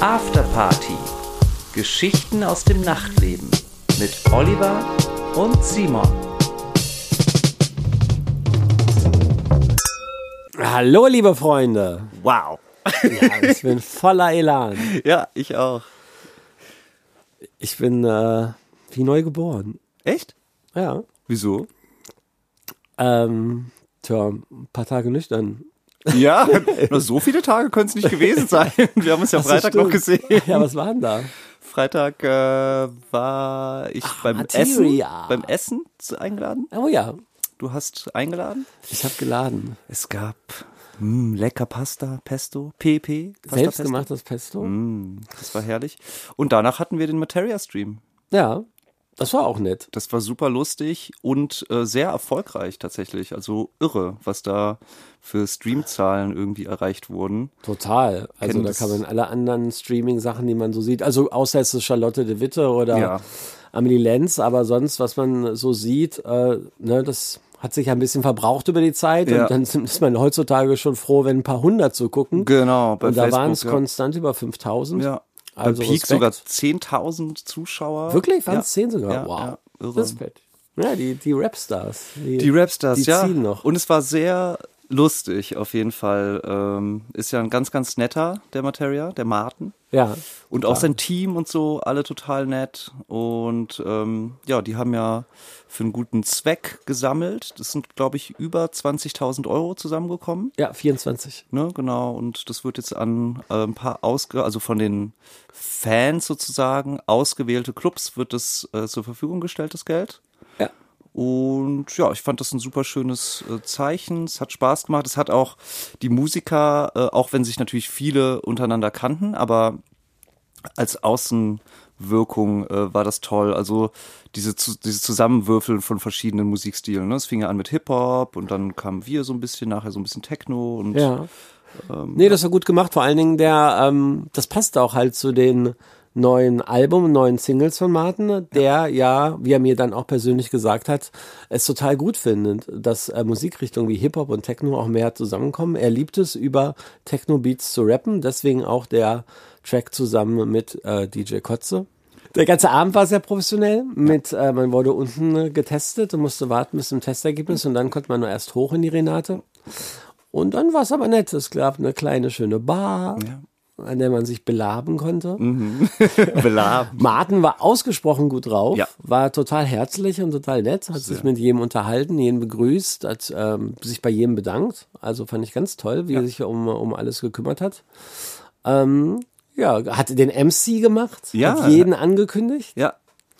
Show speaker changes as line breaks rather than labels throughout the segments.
Afterparty. Geschichten aus dem Nachtleben mit Oliver und Simon.
Hallo, liebe Freunde.
Wow.
Ja, ich bin voller Elan.
Ja, ich auch.
Ich bin äh, wie neu geboren.
Echt?
Ja.
Wieso?
Ähm, tja, ein paar Tage nüchtern.
Ja, nur so viele Tage können es nicht gewesen sein. Wir haben uns ja
Ach so,
Freitag noch
stimmt.
gesehen.
Ja, was war denn da?
Freitag äh, war ich beim
Materia.
Essen, beim Essen zu- eingeladen.
Oh ja,
Du hast eingeladen.
ich habe geladen.
Es gab mm, lecker Pasta, Pesto, PP, Pasta,
Selbstgemachtes Pesto.
Pesto. Mm, das war herrlich. Und danach hatten wir den Materia Stream.
Ja, das war auch nett.
Das war super lustig und äh, sehr erfolgreich tatsächlich. Also irre, was da für Streamzahlen irgendwie erreicht wurden.
Total. Also
Kennen
da
das-
kann man alle anderen Streaming-Sachen, die man so sieht, also außer es ist Charlotte de Witte oder
Ja.
Amelie Lenz, aber sonst, was man so sieht, äh, ne, das hat sich ja ein bisschen verbraucht über die Zeit
Ja.
und dann sind- ist man heutzutage schon froh, wenn ein paar hundert zu gucken.
Genau, bei
und da
Facebook,
waren es
ja.
konstant über 5000.
Ja.
Also
Beim Peak
Respekt.
sogar 10.000 Zuschauer.
Wirklich? Waren es
ja.
10 sogar?
Ja,
wow.
ja, irre.
Respekt. Ja, die, die Rapstars.
Die Rapstars,
die
ja.
Ziehen noch.
Und es war sehr lustig, auf jeden Fall. Ähm, ist ja ein ganz, ganz netter, der Materia, der Martin.
ja.
Und auch sein Team und so, alle total nett. Und ähm, ja, die haben ja für einen guten Zweck gesammelt. Das sind, glaube ich, über 20.000 Euro zusammengekommen.
ja, 24.
Ne, genau, und das wird jetzt an äh, ein paar ausge, also von den Fans sozusagen, ausgewählte Clubs wird das äh, zur Verfügung gestellt, das Geld.
Ja.
Und ja, ich fand das ein super schönes äh, Zeichen. Es hat Spaß gemacht. Es hat auch die Musiker, äh, auch wenn sich natürlich viele untereinander kannten, aber als Außenwirkung äh, war das toll. Also diese, zu, diese Zusammenwürfeln von verschiedenen Musikstilen. Ne? Es fing ja an mit Hip-Hop und dann kamen wir so ein bisschen, nachher so ein bisschen Techno und
Ja. nee, das war gut gemacht. Vor allen Dingen der, ähm, das passt auch halt zu den neuen Album, neuen Singles von Martin, der ja, wie er mir dann auch persönlich gesagt hat, es total gut findet, dass äh, Musikrichtungen wie Hip-Hop und Techno auch mehr zusammenkommen. Er liebt es, über Techno-Beats zu rappen, deswegen auch der Track zusammen mit äh, DJ Kotze. Der ganze Abend war sehr professionell. Mit, äh, man wurde unten äh, getestet und musste warten bis zum Testergebnis und dann konnte man nur erst hoch in die Renate. Und dann war es aber nett. Es gab eine kleine schöne Bar, an der man sich belaben konnte.
Mhm. Belaben.
Martin war ausgesprochen gut drauf,
Ja.
war total herzlich und total nett, hat sich mit jedem unterhalten, jeden begrüßt, hat ähm, sich bei jedem bedankt. Also fand ich ganz toll, wie er sich um, um alles gekümmert hat. Ähm, ja, hat den MC gemacht,
Ja.
hat jeden angekündigt.
Ja,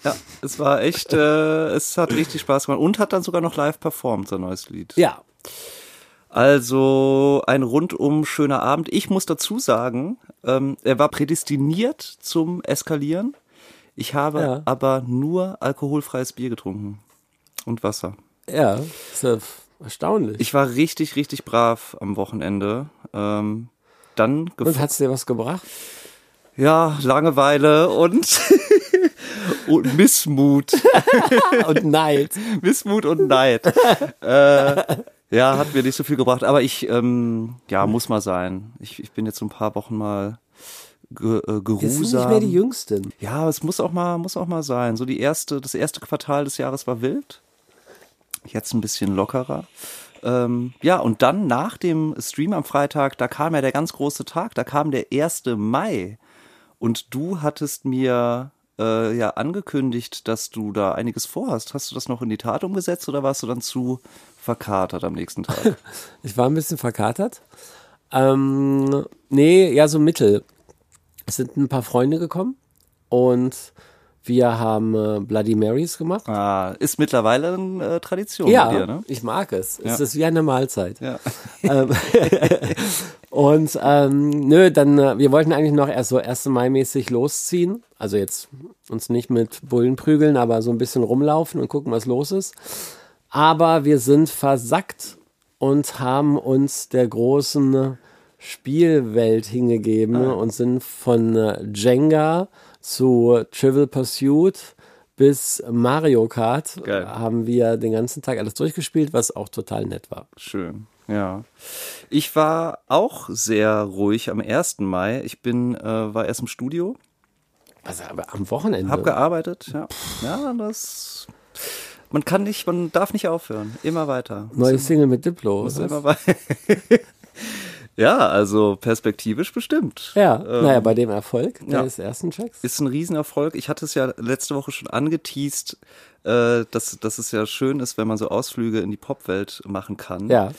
ja, es war echt, äh, es hat richtig Spaß gemacht und hat dann sogar noch live performt, sein neues Lied.
Ja,
Also ein rundum schöner Abend. Ich muss dazu sagen, ähm, er war prädestiniert zum Eskalieren. Ich habe
Ja.
aber nur alkoholfreies Bier getrunken und Wasser.
ja, ist ja f- erstaunlich.
Ich war richtig, richtig brav am Wochenende. Ähm, dann
und hat's dir was gebracht?
ja Langeweile und und Missmut.
Und Neid.
Missmut und Neid. äh, ja, hat mir nicht so viel gebracht. Aber ich, ähm, ja, muss mal sein. Ich, ich bin jetzt so ein paar Wochen mal ge, äh,
Jetzt sind nicht mehr die
geruhsam.
Jüngsten.
Ja, aber es muss auch mal, muss auch mal sein. So die erste, das erste Quartal des Jahres war wild. Jetzt ein bisschen lockerer. Ähm, ja, und dann nach dem Stream am Freitag, da kam ja der ganz große Tag, da kam der 1. Mai. Und du hattest mir äh, ja angekündigt, dass du da einiges vorhast. Hast du das noch in die Tat umgesetzt oder warst du dann zu verkatert am nächsten Tag?
Ich war ein bisschen verkatert. Ähm, nee, ja, so mittel. Es sind ein paar Freunde gekommen und wir haben äh, Bloody Marys gemacht.
ah, ist mittlerweile eine äh, Tradition
ja,
bei dir, ne?
ich mag es.
Ja.
Es ist wie eine Mahlzeit.
Ja.
Ähm, und ähm, nö, dann, äh, wir wollten eigentlich noch erst so 1. Mai-mäßig losziehen. Also jetzt uns nicht mit Bullen prügeln, aber so ein bisschen rumlaufen und gucken, was los ist. Aber wir sind versackt und haben uns der großen Spielwelt hingegeben und sind von äh, Jenga zu Trivial Pursuit bis Mario Kart
Geil.
haben wir den ganzen Tag alles durchgespielt, was auch total nett war.
Schön. Ja. Ich war auch sehr ruhig am 1. Mai. Ich bin, äh, war erst im Studio,
Was, aber am Wochenende?
hab gearbeitet, ja. Ja, das. Man kann nicht, man darf nicht aufhören. Immer weiter.
Neue Single mit Diplo.
Muss immer weiter. ja, also perspektivisch bestimmt.
Ja, naja, bei dem Erfolg
ja.
des ersten Checks.
ist ein Riesenerfolg. Ich hatte es ja letzte Woche schon angeteased, äh, dass, dass es ja schön ist, wenn man so Ausflüge in die Popwelt machen kann.
Ja.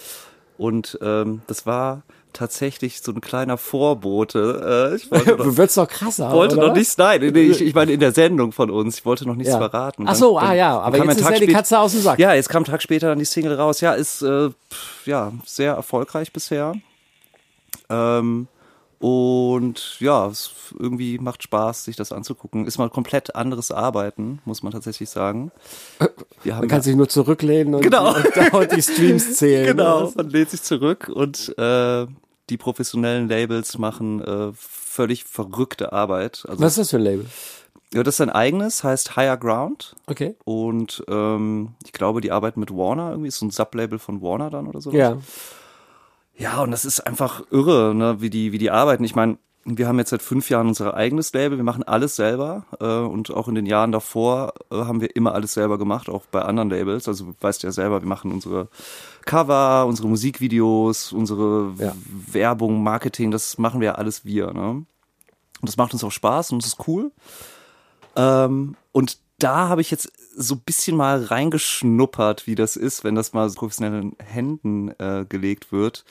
Und ähm, das war tatsächlich so ein kleiner Vorbote. Äh, ich wollte noch,
Wird's noch krasser,
wollte
oder?
noch nichts, nein, nee, ich, ich meine in der Sendung von uns, ich wollte noch nichts
Ja.
verraten. Und
Ach so,
dann-
ah ja,
dann
aber
kam
jetzt
ein
ist
Tag
ja die
spät-
Katze aus dem Sack.
Ja, jetzt kam einen Tag später dann die Single raus. Ja, ist äh, pf, ja sehr erfolgreich bisher. Ähm, und ja, es f- irgendwie macht Spaß, sich das anzugucken. Ist mal komplett anderes Arbeiten, muss man tatsächlich sagen.
Äh,
Wir
Man
haben
kann sich nur zurücklehnen und,
Genau.
und, dauernd die Streams zählen.
Genau, man lehnt sich zurück und äh, die professionellen Labels machen äh, völlig verrückte Arbeit. Also
Was ist das für ein Label?
ja, das ist ein eigenes, heißt Higher Ground.
Okay.
Und ähm, ich glaube, die arbeiten mit Warner irgendwie, ist so ein Sublabel von Warner dann oder so.
Ja.
Ja, und das ist einfach irre, ne, wie die, wie die arbeiten. Ich meine, wir haben jetzt seit fünf Jahren unser eigenes Label, wir machen alles selber äh, und auch in den Jahren davor äh, haben wir immer alles selber gemacht, auch bei anderen Labels. Also du weißt ja selber, wir machen unsere Cover, unsere Musikvideos, unsere
Ja.
Werbung, Marketing, das machen wir ja alles wir. Ne? Und das macht uns auch Spaß und es ist cool. Ähm, und da habe ich jetzt so ein bisschen mal reingeschnuppert, wie das ist, wenn das mal so professionellen Händen äh, gelegt wird.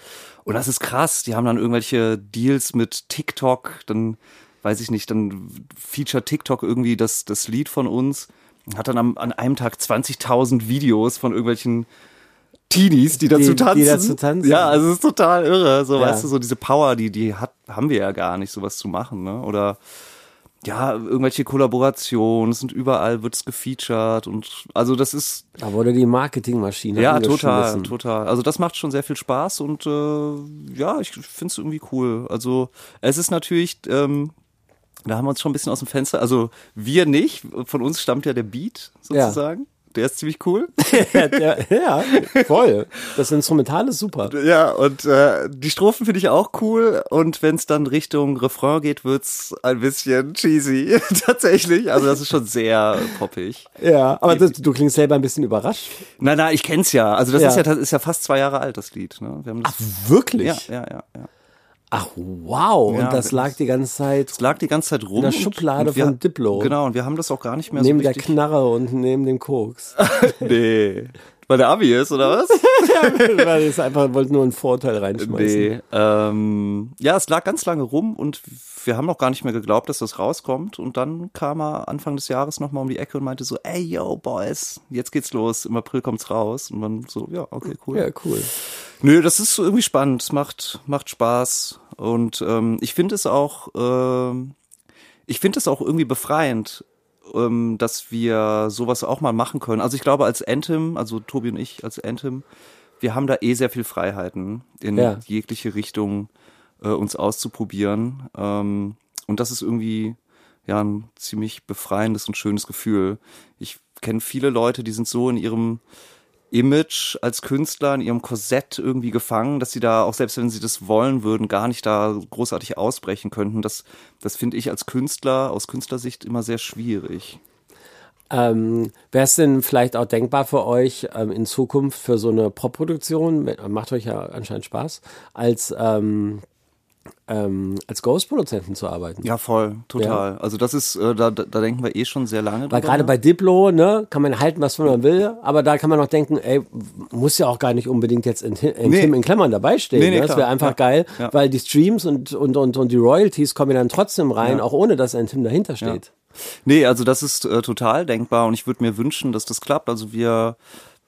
Und das ist krass. Die haben dann irgendwelche Deals mit TikTok, dann weiß ich nicht, dann feature TikTok irgendwie das, das Lied von uns. Hat dann am, an einem Tag 20.000 Videos von irgendwelchen Teenies, die dazu
die
tanzen.
dazu tanzen.
Ja, also es ist total irre. So,
Ja.
weißt du, so diese Power, die, die hat, haben wir ja gar nicht, sowas zu machen, ne? Oder ja, irgendwelche Kollaborationen, es sind überall wird es gefeatured und also das ist
Da wurde die Marketingmaschine
ja total,
angeschmissen.
total. Also das macht schon sehr viel Spaß und äh, ja, ich finde es irgendwie cool. Also es ist natürlich, ähm, da haben wir uns schon ein bisschen aus dem Fenster, also wir nicht, von uns stammt ja der Beat
Ja.
sozusagen. Der ist ziemlich cool.
ja, ja, voll. Das Instrumental ist super.
Ja, und äh, die Strophen finde ich auch cool. Und wenn es dann Richtung Refrain geht, wird's ein bisschen cheesy. Tatsächlich. Also das ist schon sehr poppig.
Ja, aber das, du klingst selber ein bisschen überrascht.
Nein, nein, ich kenn's ja. Also das
Ja.
ist ja das ist ja fast zwei Jahre alt, das Lied. Ne? Wir haben das,
Wirklich?
ja, ja, ja, ja.
Ach, wow.
Ja,
und das
das-
lag die ganze Zeit
Es lag die ganze Zeit rum. In
der Schublade
und wir,
von Diplo.
Genau, und wir haben das auch gar nicht mehr
neben
so
der
richtig.
Knarre und neben dem Koks.
nee. Weil der Abi ist, oder was?
Weil ich einfach wollte nur einen Vorteil reinschmeißen.
Nee, ähm, ja, es lag ganz lange rum und wir haben noch gar nicht mehr geglaubt, dass das rauskommt. Und dann kam er Anfang des Jahres nochmal um die Ecke und meinte so, ey, yo, Boys, jetzt geht's los, im April kommt's raus. Und dann so, ja, okay, cool.
Ja, cool.
Nö, das ist so irgendwie spannend, es macht, macht Spaß. Und ähm, ich finde es auch, ähm, ich finde es auch irgendwie befreiend, ähm, dass wir sowas auch mal machen können. Also ich glaube, als Anthem, also Tobi und ich als Anthem, wir haben da eh sehr viel Freiheiten in
Ja.
jegliche Richtung äh, uns auszuprobieren. Ähm, und das ist irgendwie ja ein ziemlich befreiendes und schönes Gefühl. Ich kenne viele Leute, die sind so in ihrem Image als Künstler in ihrem Korsett irgendwie gefangen, dass sie da auch selbst wenn sie das wollen würden, gar nicht da großartig ausbrechen könnten. Das, das finde ich als Künstler, aus Künstlersicht immer sehr schwierig.
Ähm, Wäre es denn vielleicht auch denkbar für euch ähm, in Zukunft für so eine Pop-Produktion, mit- macht euch ja anscheinend Spaß, als, ähm, ähm, als Ghost-Produzenten zu arbeiten?
Ja, voll, total. Also das ist, äh, da, da da denken wir eh schon sehr lange
Weil gerade bei Diplo, ne, kann man halten, was man will, aber da kann man auch denken, ey, muss ja auch gar nicht unbedingt jetzt in, in,
Nee.
Tim in Klammern dabei stehen.
Nee, nee,
ne? Das
klar.
wäre einfach
Ja.
geil,
Ja.
weil die Streams und, und, und, und die Royalties kommen ja dann trotzdem rein, auch ohne dass ein Tim dahinter steht.
Nee, also das ist äh, total denkbar und ich würde mir wünschen, dass das klappt. Also wir,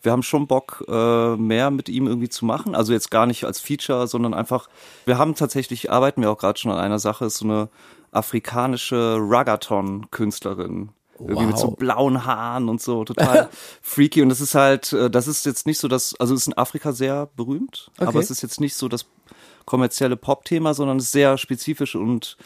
wir haben schon Bock, äh, mehr mit ihm irgendwie zu machen. Also jetzt gar nicht als Feature, sondern einfach, wir haben tatsächlich, arbeiten wir auch gerade schon an einer Sache, ist so eine afrikanische Ragaton-Künstlerin. Irgendwie mit so
Wow.
blauen Haaren und so, total freaky. Und das ist halt, äh, das ist jetzt nicht so das, also ist in Afrika sehr berühmt,
Okay.
aber es ist jetzt nicht so das kommerzielle Pop-Thema, sondern ist sehr spezifisch und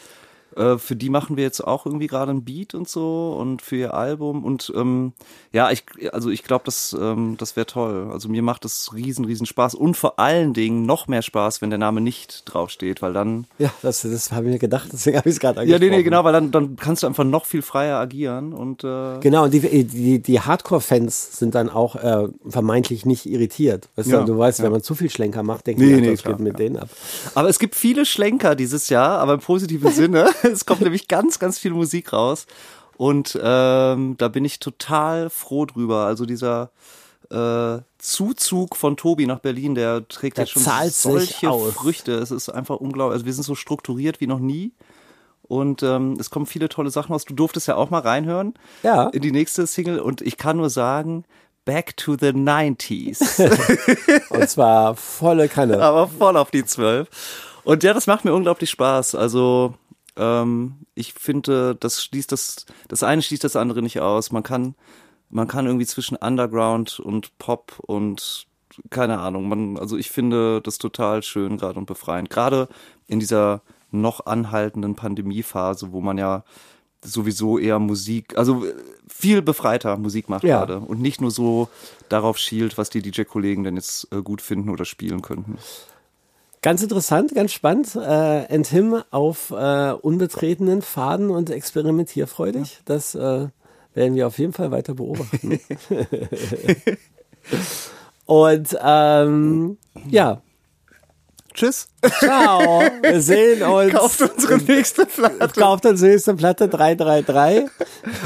Äh, für die machen wir jetzt auch irgendwie gerade ein Beat und so und für ihr Album. Und ähm, ja, ich, also ich glaube, das, ähm, das wäre toll. Also mir macht das riesen, riesen Spaß und vor allen Dingen noch mehr Spaß, wenn der Name nicht draufsteht, weil dann.
Ja, das, das habe ich mir gedacht, deswegen habe ich es gerade
Ja,
angesprochen.
nee, nee, genau, weil dann, dann kannst du einfach noch viel freier agieren und äh,
Genau, und die, die, die Hardcore-Fans sind dann auch äh, vermeintlich nicht irritiert. Weißt
Ja,
du, du weißt,
ja.
wenn man zu viel Schlenker macht, denken
Nee,
die,
nee,
nee, was
klar,
geht mit
ja.
denen ab.
Aber es gibt viele Schlenker dieses Jahr, aber im positiven Sinne. Es kommt nämlich ganz, ganz viel Musik raus. Und ähm, da bin ich total froh drüber. Also dieser äh, Zuzug von Tobi nach Berlin, der trägt
Der
jetzt schon
zahlt sich
solche
aus.
Früchte. Es ist einfach unglaublich. Also wir sind so strukturiert wie noch nie. Und ähm, es kommen viele tolle Sachen raus. Du durftest ja auch mal reinhören
Ja.
in die nächste Single. Und ich kann nur sagen, Back to the 90s.
Und zwar volle Kanne.
aber voll auf die zwölf. Und ja, das macht mir unglaublich Spaß. Also ähm, ich finde, das schließt das, das eine schließt das andere nicht aus. Man kann, man kann irgendwie zwischen Underground und Pop und keine Ahnung. Man, also ich finde das total schön gerade und befreiend. Gerade in dieser noch anhaltenden Pandemiephase, wo man ja sowieso eher Musik, also viel befreiter Musik macht
Ja.
gerade und nicht nur so darauf schielt, was die DJ-Kollegen denn jetzt äh, gut finden oder spielen könnten.
Ganz interessant, ganz spannend. Äh, and him auf äh, unbetretenen Faden und experimentierfreudig. Das äh, werden wir auf jeden Fall weiter beobachten. und ähm, ja,
Tschüss.
ciao. Wir sehen uns.
Kauft unsere nächste Flasche.
Kauft uns nächste Platte 333.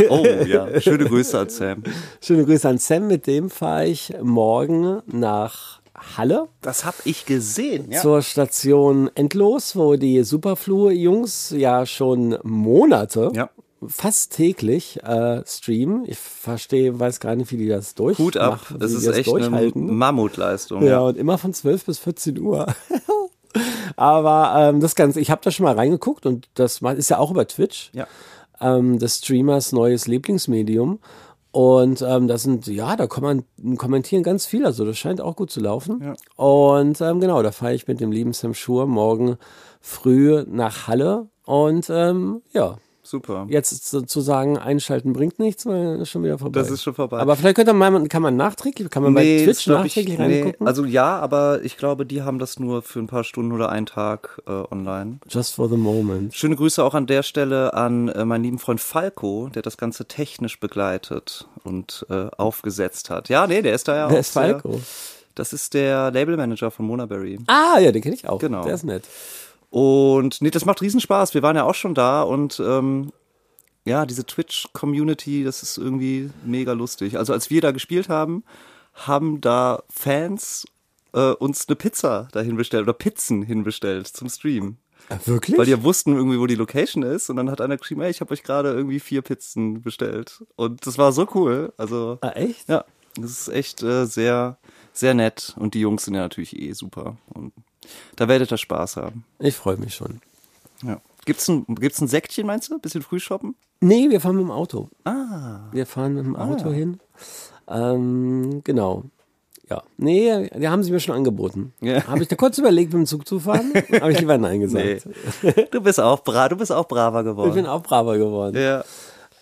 Oh ja, schöne Grüße an Sam.
Schöne Grüße an Sam. Mit dem fahre ich morgen nach Halle
Das habe ich gesehen. Ja.
zur Station Endlos, wo die Superflu-Jungs ja schon Monate,
Ja.
fast täglich äh, streamen. Ich verstehe, weiß gar nicht, wie die das durch.
Hut ab,
mach-
das
wie die
ist echt eine
durchhalten.
Mammutleistung.
Ja, und immer von 12 bis 14 Uhr. Aber ähm, das Ganze, ich habe da schon mal reingeguckt und das ma- ist ja auch über Twitch.
Ja.
Ähm, des Streamers neues Lieblingsmedium. Und ähm, das sind, ja, da kann man kommentieren ganz viel. Also das scheint auch gut zu laufen. Und ähm, genau, da fahre ich mit dem lieben Sam Schur morgen früh nach Halle. Und ähm, ja,
Super.
jetzt so- zu sagen, einschalten bringt nichts, weil ist schon wieder vorbei.
Das ist schon vorbei.
Aber vielleicht könnte man, kann man nachträglich, kann man bei
das
Twitch
glaub
nachträglich
nee.
reingucken?
Also ja, aber ich glaube, die haben das nur für ein paar Stunden oder einen Tag äh, online.
Just for the moment.
Schöne Grüße auch an der Stelle an äh, meinen lieben Freund Falco, der das Ganze technisch begleitet und äh, aufgesetzt hat. Ja, nee, der ist da ja
Wer
auch
ist
sehr-
Falco?
Das ist der Labelmanager von Monaberry.
Ah, ja, den kenne ich auch.
Genau.
Der ist nett.
Und nee, das macht Riesenspaß. Wir waren ja auch schon da und ähm, ja, diese Twitch-Community, das ist irgendwie mega lustig. Also als wir da gespielt haben, haben da Fans äh, uns eine Pizza dahin bestellt oder Pizzen hinbestellt zum Stream.
Äh, wirklich?
Weil die ja wussten irgendwie, wo die Location ist und dann hat einer geschrieben, ey, ich habe euch gerade irgendwie vier Pizzen bestellt. Und das war so cool. Also
ah, echt?
ja, das ist echt äh, sehr, sehr nett. Und die Jungs sind ja natürlich eh super. Und da werdet ihr Spaß haben.
Ich freue mich schon.
Ja. Gibt's ein, gibt's ein Säckchen, meinst du? Bisschen früh shoppen?
Nee, wir fahren mit dem Auto.
Ah.
Wir fahren mit dem Auto hin. Ähm, genau. Ja. Nee, die haben sie mir schon angeboten.
Ja.
Habe ich da kurz überlegt, mit dem Zug zu fahren? Habe ich lieber Nein gesagt.
Nee. Du bist auch bra du bist auch braver geworden.
Äh. Ich bin auch braver geworden.
ja.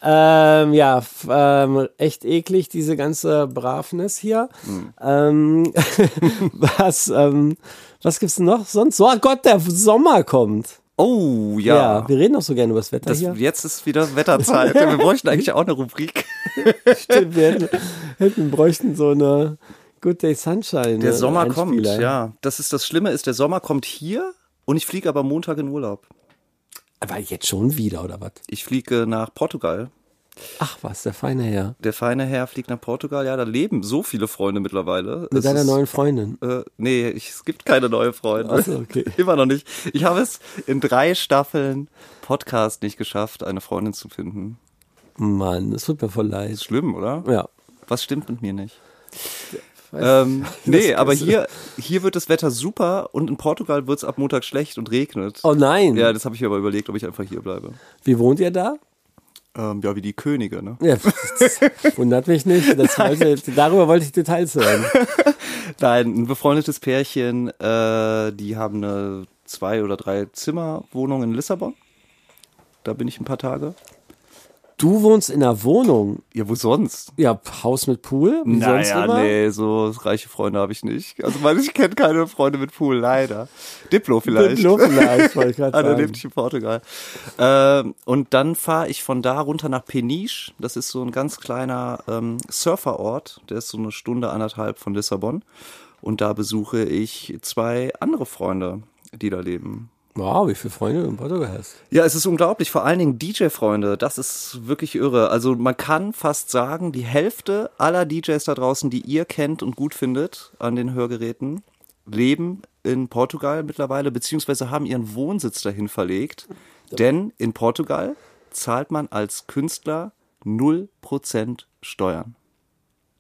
Ähm, ja, f- ähm, echt eklig, diese ganze Bravness hier.
Hm.
Ähm, was ähm, was gibt's denn noch sonst? So, oh Gott, der Sommer kommt.
Oh,
Ja.
ja.
wir reden doch so gerne über das Wetter
das,
hier.
jetzt ist wieder Wetterzeit. Wir bräuchten eigentlich auch eine Rubrik.
Stimmt, wir hätten, hätten bräuchten so eine Good Day Sunshine.
Der
ne,
Sommer kommt,
Einspieler.
ja. Das ist das Schlimme ist, der Sommer kommt hier und ich fliege aber Montag in Urlaub.
Aber jetzt schon wieder, oder was?
Ich fliege nach Portugal.
Ach was, der feine Herr.
Der feine Herr fliegt nach Portugal. Ja, da leben so viele Freunde mittlerweile.
Mit
Es
deiner
ist-
neuen Freundin.
Äh, nee, ich, es gibt keine neue Freunde.
Ach so, okay.
Immer noch nicht. Ich habe es in drei Staffeln Podcast nicht geschafft, eine Freundin zu finden.
Mann, es tut mir voll leid.
Schlimm, oder?
Ja.
Was stimmt mit mir nicht? Ähm, nee,
Das-
aber hier, hier wird das Wetter super und in Portugal wird es ab Montag schlecht und regnet.
Oh nein.
Ja, das habe ich mir aber überlegt, ob ich einfach hier bleibe.
Wie wohnt ihr da?
Ähm, ja, wie die Könige, ne?
Ja, das wundert mich nicht. Das wollte, darüber wollte ich Details hören.
Nein, ein befreundetes Pärchen, äh, die haben eine zwei- oder drei Zimmer-Wohnung in Lissabon. Da bin ich ein paar Tage.
Du wohnst in einer Wohnung.
Ja, wo sonst?
Ja, Haus mit Pool? Wie sonst
Naja,
immer?
nee, so reiche Freunde habe ich nicht. Also weil ich kenne keine Freunde mit Pool, leider. Diplo vielleicht.
Mit Luftleis, wollte ich gerade
Ah, der
sagen.
lebt nicht in Portugal. Ähm, und dann fahre ich von da runter nach Peniche. Das ist so ein ganz kleiner ähm, Surferort. Der ist so eine Stunde, anderthalb von Lissabon. Und da besuche ich zwei andere Freunde, die da leben.
Wow, wie viele Freunde du in Portugal hast.
Ja, es ist unglaublich. Vor allen Dingen DJ-Freunde. Das ist wirklich irre. Also man kann fast sagen, die Hälfte aller DJs da draußen, die ihr kennt und gut findet an den Hörgeräten, leben in Portugal mittlerweile, beziehungsweise haben ihren Wohnsitz dahin verlegt. Denn in Portugal zahlt man als Künstler 0% Steuern.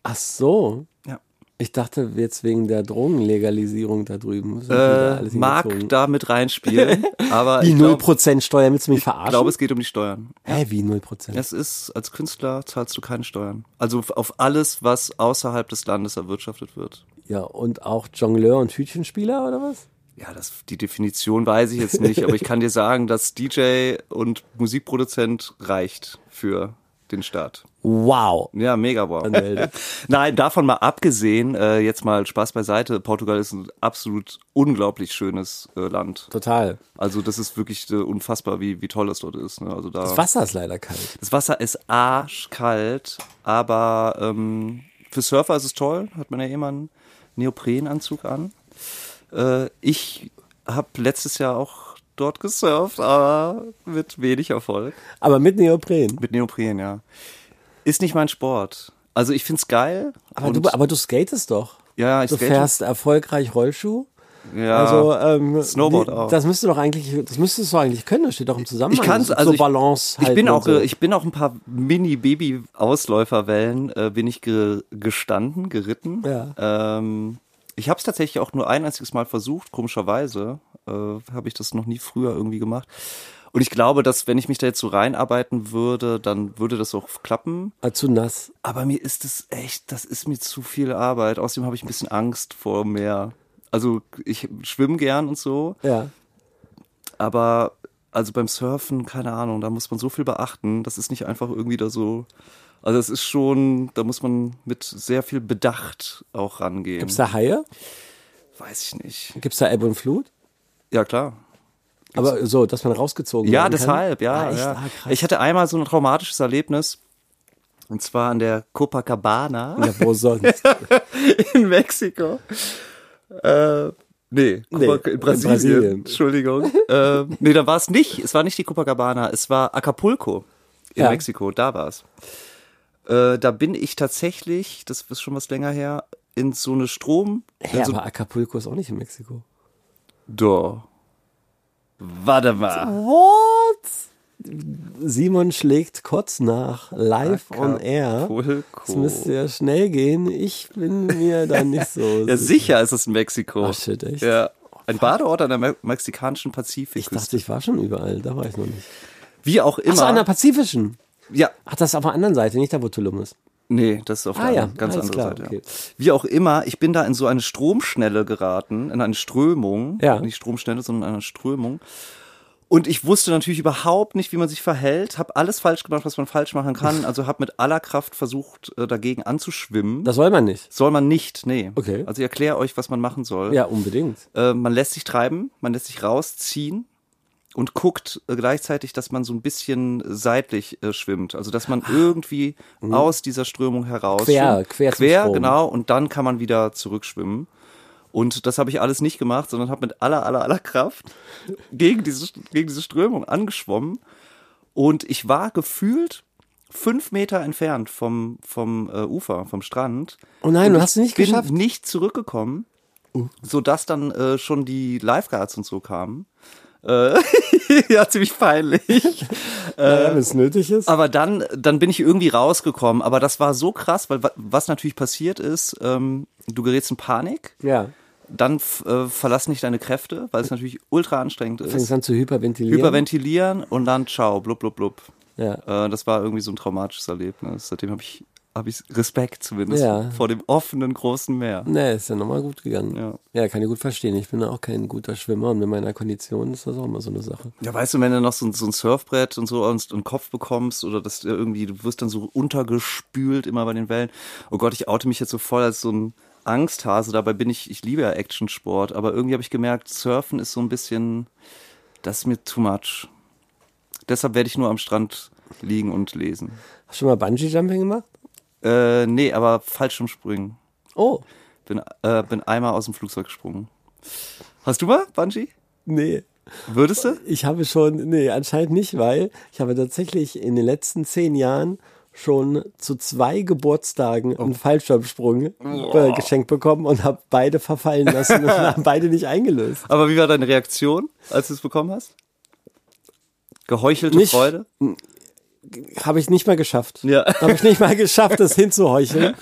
Ach so.
Ja.
Ich dachte jetzt wegen der Drogenlegalisierung da drüben. sind wieder
Äh,
alles
mag
hingezogen.
da mit reinspielen, aber
Die
ich glaube,
0% Steuer, willst du mich verarschen?
glaub, es geht um die Steuern.
Hä, wie 0%?
Es ist, als Künstler zahlst du keine Steuern. Also f- auf alles, was außerhalb des Landes erwirtschaftet wird.
Ja, und auch Jongleur und Hütchenspieler oder was?
Ja, das, die Definition weiß ich jetzt nicht, aber ich kann dir sagen, dass DJ und Musikproduzent reicht für den Staat.
Wow.
Ja, mega wow.
Anmeldet.
Nein, davon mal abgesehen, äh, jetzt mal Spaß beiseite. Portugal ist ein absolut unglaublich schönes äh, Land.
Total.
Also das ist wirklich äh, unfassbar, wie, wie toll das dort ist. Ne? Also da
Das Wasser ist leider kalt.
Das Wasser ist arschkalt, aber ähm, für Surfer ist es toll. Hat man ja immer einen Neoprenanzug an. Äh, ich habe letztes Jahr auch dort gesurft, aber mit wenig Erfolg.
Aber mit Neopren.
Mit Neopren, ja. Ist nicht mein Sport. Also ich find's geil.
Aber
und-
du, aber du skatest doch.
ja, ich
Du
skate-
fährst erfolgreich Rollschuh.
ja,
Also ähm,
Snowboard
die-
auch.
Das müsste doch eigentlich, das müsstest du doch eigentlich können. Das steht doch im Zusammenhang.
Ich kann
So
also ich,
Balance
ich
halten
bin
und
auch
so.
äh, ich bin auch ein paar Mini Baby Ausläuferwellen äh, bin ich ge gestanden, geritten.
Ja.
Ähm, ich habe es tatsächlich auch nur ein einziges Mal versucht, komischerweise äh, habe ich das noch nie früher irgendwie gemacht. Und ich glaube, dass wenn ich mich da jetzt so reinarbeiten würde, dann würde das auch klappen.
Ah, zu nass.
Aber mir ist das echt, das ist mir zu viel Arbeit. Außerdem habe ich ein bisschen Angst vor Meer. Also ich schwimme gern und so.
Ja.
Aber also beim Surfen, keine Ahnung, da muss man so viel beachten. Das ist nicht einfach irgendwie da so. Also es ist schon, da muss man mit sehr viel Bedacht auch rangehen.
Gibt's da Haie?
Weiß ich nicht.
Gibt's da Ebbe und Flut?
Ja, klar.
Aber so, dass man rausgezogen
Ja,
werden
deshalb,
kann?
ja.
Ah, echt?
ja.
Ah, krass.
Ich hatte einmal so ein traumatisches Erlebnis. Und zwar an der Copacabana
ja, wo sonst?
in Mexiko. Äh, nee,
Ähm,
Copac-
in
in, Brasilien.
Brasilien.
Entschuldigung. äh, nee, da war es nicht. Es war nicht die Copacabana, es war Acapulco in
Ja.
Mexiko. Da war es. Äh, da bin ich tatsächlich, das ist schon was länger her, in so eine Strom.
Hä,
also,
aber Acapulco ist auch nicht in Mexiko.
da. Warte mal.
What? Simon schlägt kurz nach, live on air. Das müsste
Acapulco.
ja schnell gehen. Ich bin mir da nicht so
Ja,
sicher.
sicher ist es in Mexiko.
Ah, shit, echt?
Ja. Ein Badeort an der me mexikanischen
Ich
Pazifikküste.
dachte, ich war schon überall, da war ich noch nicht.
Wie auch immer.
Achso, an der pazifischen.
ja,
Ach, das ist auf der anderen Seite, nicht da, wo Tulum ist.
Nee, das ist auf der
Ah, ja.
anderen- ganz
Alles
andere
klar,
Seite. Ja.
okay.
Wie auch immer, ich bin da in so eine Stromschnelle geraten, in eine Strömung,
Ja.
nicht Stromschnelle, sondern eine Strömung. Und ich wusste natürlich überhaupt nicht, wie man sich verhält, habe alles falsch gemacht, was man falsch machen kann, also habe mit aller Kraft versucht, äh, dagegen anzuschwimmen.
Das soll man nicht.
soll man nicht, nee.
Okay.
Also ich erkläre euch, was man machen soll.
Ja, unbedingt.
Äh, man lässt sich treiben, man lässt sich rausziehen und guckt äh, gleichzeitig, dass man so ein bisschen seitlich äh, schwimmt. Also dass man irgendwie aus dieser Strömung heraus
Ah. Mhm. Quer,
schwimmt.
quer zum
quer
Strom.
genau. Und dann kann man wieder zurückschwimmen. Und das habe ich alles nicht gemacht, sondern habe mit aller aller aller Kraft gegen diese gegen diese Strömung angeschwommen. Und ich war gefühlt fünf Meter entfernt vom vom äh, Ufer, vom Strand.
Oh nein,
Und
du
ich
hast es nicht
bin
geschafft? Oh.
nicht zurückgekommen sodass dann äh, schon die Lifeguards und so kamen. Äh, ja, ziemlich peinlich.
Naja, wenn es nötig ist.
Aber dann, dann bin ich irgendwie rausgekommen. Aber das war so krass, weil wa- was natürlich passiert ist, ähm, du gerätst in Panik,
Ja.
dann f- äh, verlassen dich deine Kräfte, weil es natürlich ultra anstrengend
Fängst
ist.
an zu hyperventilieren.
Hyperventilieren und dann ciao, blub, blub, blub.
Ja.
Äh, das war irgendwie so ein traumatisches Erlebnis. Seitdem habe ich habe ich Respekt zumindest
Ja.
vor dem offenen großen Meer.
Nee, ist ja nochmal gut gegangen.
Ja.
ja, kann ich gut verstehen. Ich bin ja auch kein guter Schwimmer und mit meiner Kondition ist das auch immer so eine Sache.
Ja, weißt du, wenn du noch so, ein- so ein Surfbrett und so und einen Kopf bekommst oder das irgendwie, du wirst dann so untergespült immer bei den Wellen. Oh Gott, ich oute mich jetzt so voll als so ein Angsthase. Dabei bin ich, ich liebe ja Actionsport, aber irgendwie habe ich gemerkt, Surfen ist so ein bisschen, das ist mir too much. Deshalb werde ich nur am Strand liegen und lesen.
Hast du schon mal Bungee-Jumping gemacht?
Äh, nee, aber Fallschirmspringen.
Oh,
Bin, äh, bin einmal aus dem Flugzeug gesprungen. Hast du mal, Bungee?
nee.
Würdest du?
Ich habe schon, nee, anscheinend nicht, weil ich habe tatsächlich in den letzten zehn Jahren schon zu zwei Geburtstagen
Oh.
einen Fallschirmsprung äh, geschenkt bekommen und habe beide verfallen lassen und haben beide nicht eingelöst.
Aber wie war deine Reaktion, als du es bekommen hast? Geheuchelte
Nicht-
Freude?
Habe ich nicht mal geschafft.
Ja.
Habe ich nicht mal geschafft, das hinzuheucheln.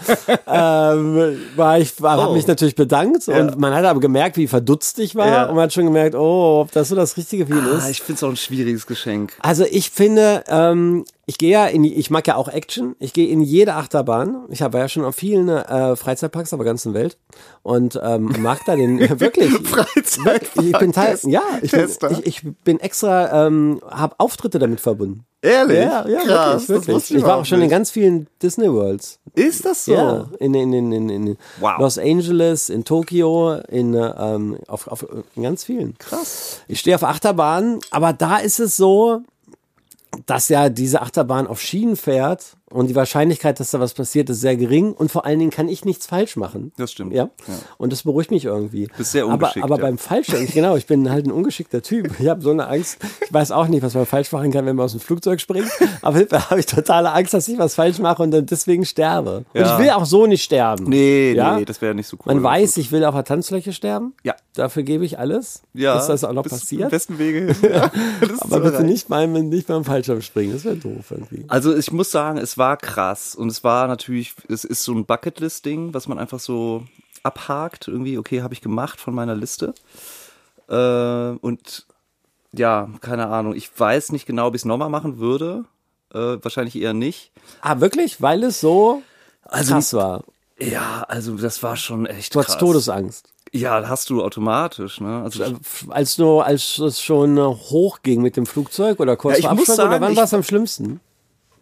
ähm, war ich war,
Oh.
habe mich natürlich bedankt und man hat aber gemerkt, wie verdutzt ich war
Ja.
und man hat schon gemerkt, oh, ob das so das Richtige für ihn ist.
Ah, ich finde es auch ein schwieriges Geschenk.
Also ich finde, ähm, ich gehe ja in, ich mag ja auch Action. Ich gehe in jede Achterbahn. Ich habe ja schon auf vielen äh, Freizeitparks auf der ganzen Welt und ähm, mag da den wirklich.
Freizeitpark
Ich bin Teil,
ist-
ja, ich bin,
Tester.
ich, ich bin extra, ähm, habe Auftritte damit verbunden.
Ehrlich?
Ja, ja,
Krass, das
wirklich, wirklich.
wusste ich
Ich war auch
überhaupt
schon in
nicht.
ganz vielen Disney Worlds.
Ist das so?
Ja, in, in, in, in, in
Wow.
Los Angeles, in Tokio, in, äh, ähm, auf, auf in ganz vielen. Krass. Ich stehe auf Achterbahnen, aber da ist es so, dass ja diese Achterbahn auf Schienen fährt und die Wahrscheinlichkeit, dass da was passiert, ist sehr gering und vor allen Dingen kann ich nichts falsch machen.
Das stimmt.
Ja.
Ja.
Und das beruhigt mich irgendwie.
Bist sehr ungeschickt,
Aber, aber
ja.
beim Fallschirm, genau, ich bin halt ein ungeschickter Typ. Ich habe so eine Angst. Ich weiß auch nicht, was man falsch machen kann, wenn man aus dem Flugzeug springt. Aber da habe ich totale Angst, dass ich was falsch mache und dann deswegen sterbe.
Ja.
Und ich will auch so nicht sterben.
Nee,
Ja?
nee, das wäre nicht so cool.
Man weiß, ich will auf der Tanzfläche sterben.
Ja.
Dafür gebe ich alles.
ja,
Ist das auch noch
bist Am
passiert?
besten Wege hin. Ja, das ist
Aber
so
bitte
reich.
nicht beim, nicht beim Fallschirm springen. Das wäre doof irgendwie.
Also ich muss sagen, es war krass und es war natürlich, es ist so ein Bucketlist-Ding, was man einfach so abhakt, irgendwie, okay, habe ich gemacht von meiner Liste. Äh, und ja, keine Ahnung, ich weiß nicht genau, ob ich es nochmal machen würde. Äh, wahrscheinlich eher nicht.
Ah, wirklich? Weil es so
Also-
krass war.
Ja, also das war schon echt
Du hattest Todesangst.
Ja, hast du automatisch, ne? Also ich-
als nur als es schon hochging mit dem Flugzeug oder kurz
Ja, ich
vor
muss
Abstand
sagen,
oder wann
ich-
war es am schlimmsten?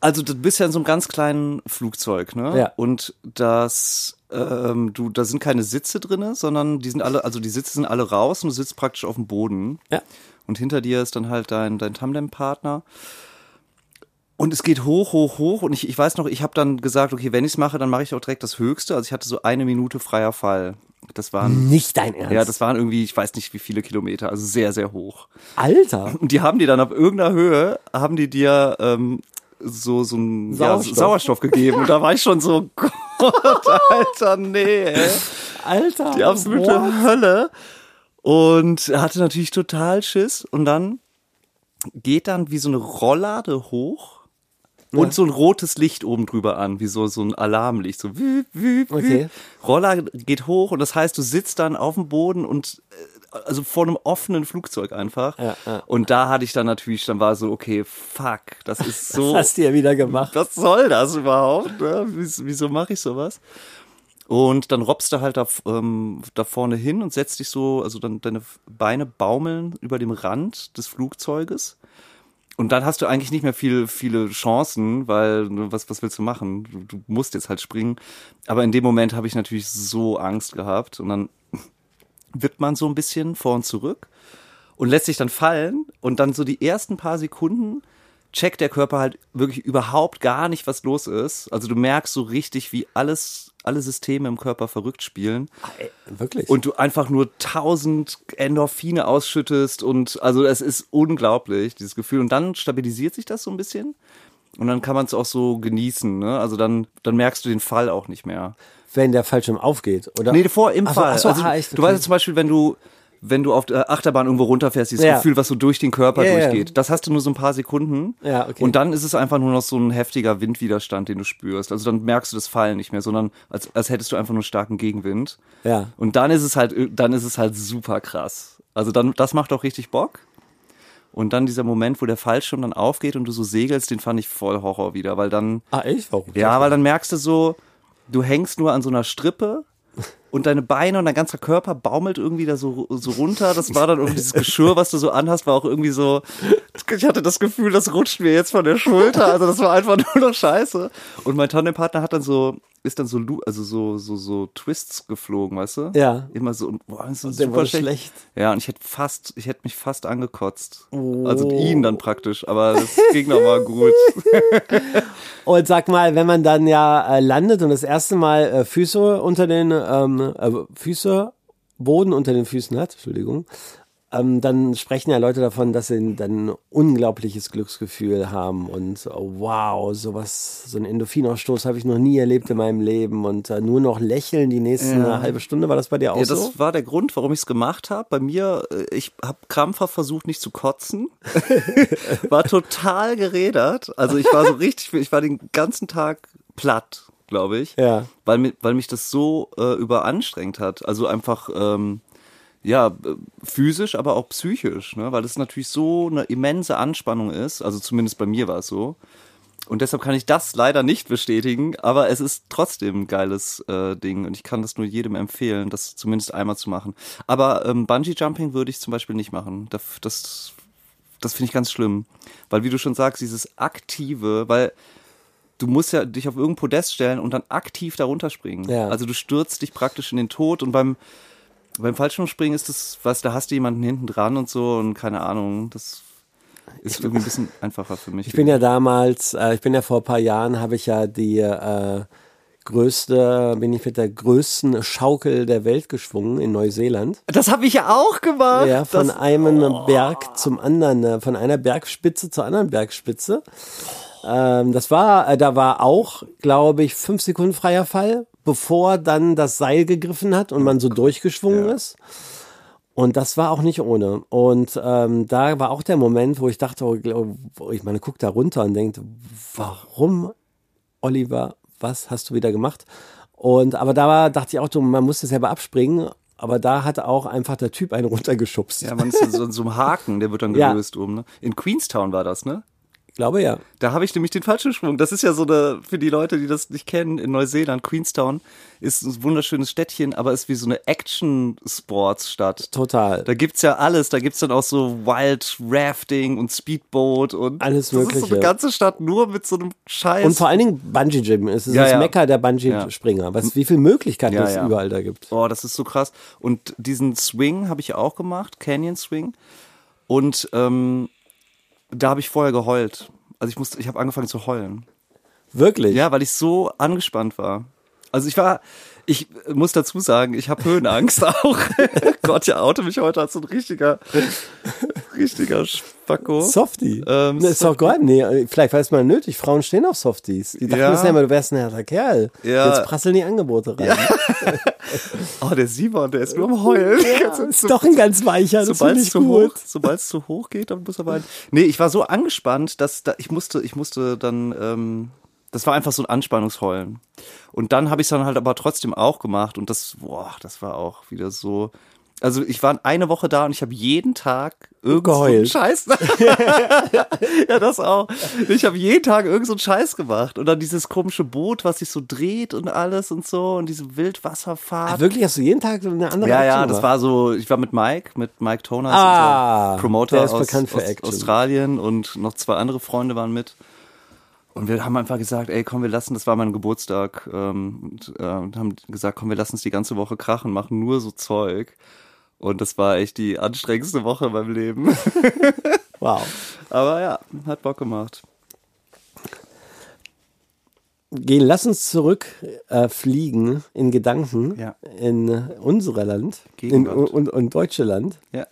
Also du bist ja in so einem ganz kleinen Flugzeug, ne?
Ja.
Und das, ähm, du, da sind keine Sitze drinne, sondern die sind alle, also die Sitze sind alle raus und du sitzt praktisch auf dem Boden.
Ja.
Und hinter dir ist dann halt dein, dein Tandem-Partner. Und es geht hoch, hoch, hoch. Und ich, ich weiß noch, ich habe dann gesagt, okay, wenn ich's mache, dann mache ich auch direkt das Höchste. Also ich hatte so eine Minute freier Fall. Das waren,
Nicht dein Ernst.
ja, das waren irgendwie, ich weiß nicht wie viele Kilometer, also sehr, sehr hoch.
Alter.
Und die haben dir dann auf irgendeiner Höhe, haben die dir ähm, so, so einen Ja,
Sauerstoff.
Sauerstoff gegeben. Und da war ich schon so, Gott, Alter, nee. ey.
Alter.
Die absolute
Boah.
Hölle. Und hatte natürlich total Schiss. Und dann geht dann wie so eine Rollade hoch. Und so ein rotes Licht oben drüber an, wie so, so ein Alarmlicht. So wüp, wüp, wüp.
Okay.
Roller geht hoch und das heißt, du sitzt dann auf dem Boden und äh, also vor einem offenen Flugzeug einfach.
Ja, ja.
Und da hatte ich dann natürlich, dann war so, okay, fuck, das ist so.
Hast du ja wieder gemacht.
was soll das überhaupt? Ne? Wieso, wieso mache ich sowas? Und dann robbst du halt da, ähm, da vorne hin und setzt dich so, also dann deine Beine baumeln über dem Rand des Flugzeuges. Und dann hast du eigentlich nicht mehr viel, viele Chancen, weil ne, was, was willst du machen? Du, du musst jetzt halt springen. Aber in dem Moment habe ich natürlich so Angst gehabt. Und dann wippt man so ein bisschen vor und zurück und lässt sich dann fallen und dann so die ersten paar Sekunden checkt der Körper halt wirklich überhaupt gar nicht, was los ist. Also du merkst so richtig, wie alles, alle Systeme im Körper verrückt spielen
Wirklich.
und du einfach nur tausend Endorphine ausschüttest und also es ist unglaublich, dieses Gefühl. Und dann stabilisiert sich das so ein bisschen. Und dann kann man es auch so genießen, ne? Also dann, dann merkst du den Fall auch nicht mehr.
wenn der Fallschirm aufgeht, oder?
Nee, vor im
Ach so,
Fall.
ach so,
also,
ah, echt,
Du
okay.
weißt ja zum Beispiel, wenn du, wenn du auf der Achterbahn irgendwo runterfährst, dieses
Ja.
Gefühl, was so durch den Körper
Ja, ja.
durchgeht, das hast du nur so ein paar Sekunden.
Ja, okay.
Und dann ist es einfach nur noch so ein heftiger Windwiderstand, den du spürst. Also dann merkst du das Fallen nicht mehr, sondern als, als hättest du einfach nur starken Gegenwind.
Ja.
Und dann ist es halt, dann ist es halt super krass. Also dann, das macht auch richtig Bock. Und dann dieser Moment, wo der Fallschirm dann aufgeht und du so segelst, den fand ich voll Horror wieder, weil dann.
Ah, echt? Warum?
Ja, weil dann merkst du so, du hängst nur an so einer Strippe und deine Beine und dein ganzer Körper baumelt irgendwie da so, so runter. Das war dann irgendwie dieses Geschirr, was du so anhast, war auch irgendwie so. Ich hatte das Gefühl, das rutscht mir jetzt von der Schulter. Also das war einfach nur noch Scheiße. Und mein Tandempartner hat dann so, ist dann so, lu- also so, so, so Twists geflogen, weißt du?
Ja.
Immer so, und, boah, das ist
der
super
war
schlecht.
schlecht.
Ja, und ich hätte fast, ich hätte mich fast angekotzt. Also ihn dann praktisch, aber das ging doch mal gut.
Und sag mal, wenn man dann ja äh, landet und das erste Mal äh, Füße unter den ähm, äh, Füße Boden unter den Füßen hat, Entschuldigung, ähm, dann sprechen ja Leute davon, dass sie dann ein unglaubliches Glücksgefühl haben und oh, wow, sowas, so einen Endorphinausstoß habe ich noch nie erlebt in meinem Leben und äh, nur noch lächeln die nächste halbe Stunde. War das bei dir auch
Ja,
so?
das war der Grund, warum ich es gemacht habe. Bei mir, äh, ich habe krampfhaft versucht, nicht zu kotzen. war total gerädert. Also ich war so richtig, ich war den ganzen Tag platt, glaube ich.
Ja.
Weil, mi- weil mich das so äh, überanstrengt hat. Also einfach, ähm, ja, äh, physisch, aber auch psychisch, ne? weil das natürlich so eine immense Anspannung ist. Also zumindest bei mir war es so. Und deshalb kann ich das leider nicht bestätigen, aber es ist trotzdem ein geiles äh, Ding und ich kann das nur jedem empfehlen, das zumindest einmal zu machen. Aber ähm, Bungee Jumping würde ich zum Beispiel nicht machen. Das, das, das finde ich ganz schlimm, weil wie du schon sagst, dieses aktive, weil du musst ja dich auf irgendein Podest stellen und dann aktiv darunter springen.
Ja.
Also du stürzt dich praktisch in den Tod und beim beim Fallschirmspringen ist das, was da hast du jemanden hinten dran und so und keine Ahnung, das ist irgendwie ein bisschen einfacher für mich.
Ich bin ja damals, äh, ich bin ja vor ein paar Jahren, habe ich ja die äh, größte, bin ich mit der größten Schaukel der Welt geschwungen in Neuseeland.
Das habe ich ja auch gemacht.
Ja, von
das, Oh.
einem Berg zum anderen, äh, von einer Bergspitze zur anderen Bergspitze. Ähm, das war, äh, da war auch, glaube ich, fünf Sekunden freier Fall, bevor dann das Seil gegriffen hat und man so durchgeschwungen
Oh Ja.
ist. Und das war auch nicht ohne. Und ähm, da war auch der Moment, wo ich dachte, oh, gl- oh, ich meine, guck da runter und denkt, warum, Oliver, was hast du wieder gemacht? Und aber da war, dachte ich auch, du, man muss das selber abspringen. Aber da hat auch einfach der Typ einen runtergeschubst.
ja, man ist in so, in so einem Haken, der wird dann
Ja.
gelöst oben. Ne? In Queenstown war das, ne?
Ich glaube ja.
Da habe ich nämlich den Fallschirmsprung. Das ist ja so eine, für die Leute, die das nicht kennen, in Neuseeland, Queenstown ist ein wunderschönes Städtchen, aber ist wie so eine Action-Sports-Stadt.
Total.
Da gibt's ja alles. Da gibt's dann auch so Wild Rafting und Speedboat und
Alles
das ist so
Mögliche.
eine ganze Stadt nur mit so einem Scheiß.
Und vor allen Dingen Bungee Jim. Es ist
Ja,
das
ja.
Mecker der Bungee-Springer. Was, wie viele Möglichkeiten
Ja,
es
ja.
überall da gibt.
Oh, das ist so krass. Und diesen Swing habe ich auch gemacht, Canyon Swing. Und ähm, da habe ich vorher geheult. Also ich musste, ich habe angefangen zu heulen.
Wirklich.
Ja, weil ich so angespannt war. Also ich war, ich muss dazu sagen, ich habe Höhenangst auch. Gott, ja, oute mich heute als so ein richtiger, richtiger Spacko.
Softie.
Ähm,
Na, ist doch geil. Nee, vielleicht war es mal nötig. Frauen stehen auf Softies. Die dachten
Ja.
bisher immer, du wärst ein härter Kerl.
Ja.
Jetzt prasseln die Angebote rein.
Oh, der Simon, der ist nur am Heulen.
Ist doch ein ganz weicher. Das
Sobald
finde
es
ich
zu hoch,
gut.
sobald es zu hoch geht, dann muss er weinen. Nee, ich war so angespannt, dass da, ich musste, ich musste dann, ähm, das war einfach so ein Anspannungsheulen. Und dann habe ich es dann halt aber trotzdem auch gemacht und das, boah, das war auch wieder so. Also ich war eine Woche da und ich habe jeden Tag irgendeinen
Geheult.
Scheiß. ja, das auch. Ich habe jeden Tag irgendeinen Scheiß gemacht und dann dieses komische Boot, was sich so dreht und alles und so und diese Wildwasserfahrt.
Ah, wirklich? Hast du jeden Tag so eine andere
Ja,
Aktion
ja, das
gemacht?
war so, ich war mit Mike, mit Mike Toner,
Ah,
unser Promoter
der ist
aus,
bekannt für
aus
Action.
Australien und noch zwei andere Freunde waren mit. Und wir haben einfach gesagt, ey, komm, wir lassen, das war mein Geburtstag, ähm, und, äh, und haben gesagt, komm, wir lassen uns die ganze Woche krachen, machen nur so Zeug. Und das war echt die anstrengendste Woche in meinem Leben.
Wow.
Aber ja, hat Bock gemacht.
Gehen, lass uns zurück äh, fliegen in Gedanken
Ja.
in äh, unsere Land in,
Gegenwart.
und, und deutsche Land.
Ja.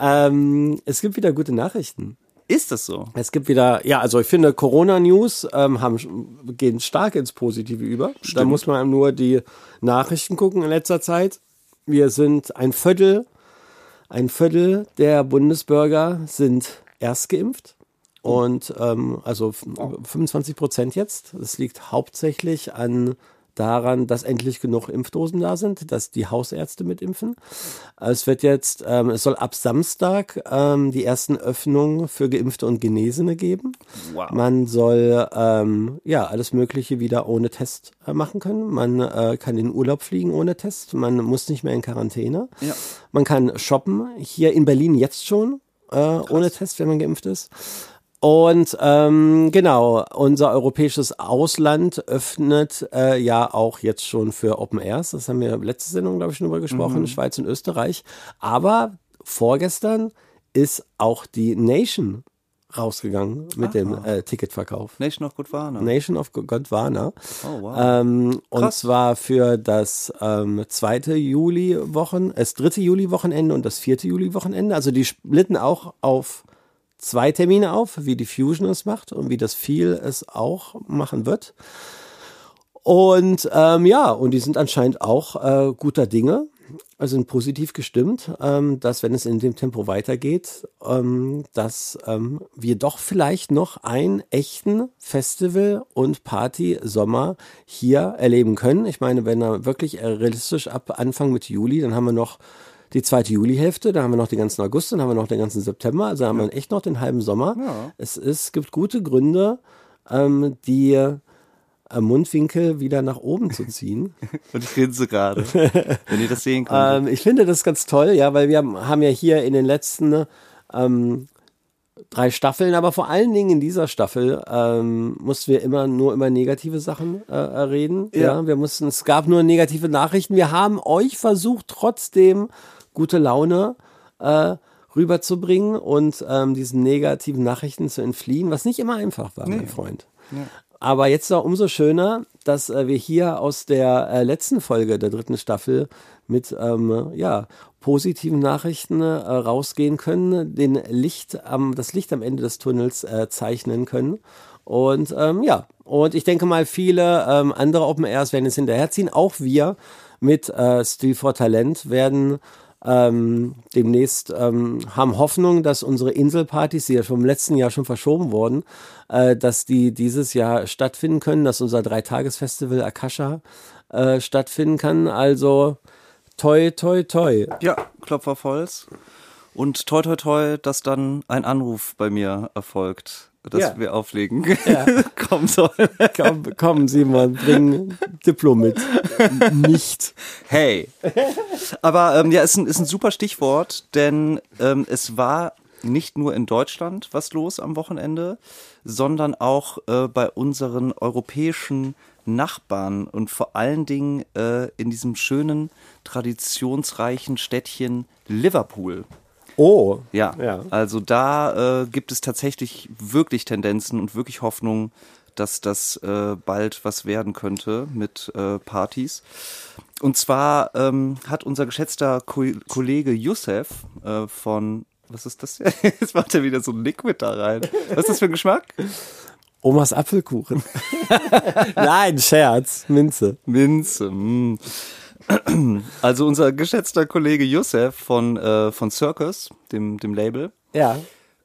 Ähm, es gibt wieder gute Nachrichten.
Ist das so?
Es gibt wieder, ja, also ich finde, Corona-News ähm, haben sch- gehen stark ins Positive über. Da muss man nur die Nachrichten gucken in letzter Zeit. Wir sind ein Viertel, ein Viertel der Bundesbürger sind erst geimpft. Und ähm, also f- 25 Prozent jetzt. Das liegt hauptsächlich an daran, dass endlich genug Impfdosen da sind, dass die Hausärzte mitimpfen. Es wird jetzt, ähm, es soll ab Samstag ähm, die ersten Öffnungen für Geimpfte und Genesene geben.
Wow.
Man soll ähm, ja alles Mögliche wieder ohne Test äh, machen können. Man äh, kann in den Urlaub fliegen ohne Test. Man muss nicht mehr in Quarantäne.
Ja.
Man kann shoppen. Hier in Berlin jetzt schon äh, ohne Test, wenn man geimpft ist. Und ähm, genau, unser europäisches Ausland öffnet äh, ja auch jetzt schon für Open Airs. Das haben wir letzte Sendung, glaube ich, schon drüber gesprochen, Schweiz und Österreich. Aber vorgestern ist auch die Nation rausgegangen mit dem äh, Ticketverkauf.
Nation of Godwana.
Nation of Gondwana.
Oh, wow.
Ähm, und
Krass.
zwar für das ähm, zweite Juli-Wochen, das dritte Juli-Wochenende und das vierte Juli-Wochenende. Also die splitten auch auf zwei Termine auf, wie die Fusion es macht und wie das Feel es auch machen wird. Und ähm, ja, und die sind anscheinend auch äh, guter Dinge, also sind positiv gestimmt, ähm, dass wenn es in dem Tempo weitergeht, ähm, dass ähm, wir doch vielleicht noch einen echten Festival- und Party-Sommer hier erleben können. Ich meine, wenn er wirklich äh, realistisch ab Anfang mit Juli, dann haben wir noch die zweite Julihälfte, dann haben wir noch den ganzen August, dann haben wir noch den ganzen September, also haben wir echt noch den halben Sommer.
Ja.
Es ist, gibt gute Gründe, ähm, die äh, Mundwinkel wieder nach oben zu ziehen.
Und ich grinse gerade. Wenn ihr das sehen könnt.
ähm, ich finde das ganz toll, ja, weil wir haben, haben ja hier in den letzten ähm, drei Staffeln, aber vor allen Dingen in dieser Staffel ähm, mussten wir immer nur über negative Sachen äh, äh, reden. Ja. wir mussten, es gab nur negative Nachrichten. Wir haben euch versucht, trotzdem gute Laune äh, rüberzubringen und ähm, diesen negativen Nachrichten zu entfliehen, was nicht immer einfach war, mein Freund. Aber jetzt ist auch umso schöner, dass äh, wir hier aus der äh, letzten Folge der dritten Staffel mit ähm, ja, positiven Nachrichten äh, rausgehen können, den Licht am, das Licht am Ende des Tunnels äh, zeichnen können. Und ähm, ja, und ich denke mal, viele ähm, andere Open Airs werden es hinterherziehen. Auch wir mit äh, Steel for Talent werden ähm, demnächst ähm, haben Hoffnung, dass unsere Inselpartys, die ja schon im letzten Jahr schon verschoben wurden, äh, dass die dieses Jahr stattfinden können, dass unser Dreitagesfestival Akasha äh, stattfinden kann. Also toi, toi, toi.
ja, Klopfer auf Holz. Und toi toi toi, dass dann ein Anruf bei mir erfolgt, dass
Ja.
wir auflegen. Komm soll.
Komm, komm Simon, bring Diplom mit. Nicht.
Hey. Aber ähm, ja, ist ein, ist ein super Stichwort, denn ähm, es war nicht nur in Deutschland was los am Wochenende, sondern auch äh, bei unseren europäischen Nachbarn und vor allen Dingen äh, in diesem schönen, traditionsreichen Städtchen Liverpool.
Oh.
Ja,
Ja.
also da äh, gibt es tatsächlich wirklich Tendenzen und wirklich Hoffnung, dass das äh, bald was werden könnte mit äh, Partys. Und zwar ähm, hat unser geschätzter Ko Kollege Youssef äh, von, was ist das? denn? Jetzt macht er wieder so ein Liquid da rein. Was ist das für ein Geschmack?
Omas Apfelkuchen. Nein, Scherz. Minze.
Minze. mm. Also unser geschätzter Kollege Youssef von, äh, von Circus, dem, dem Label,
Ja.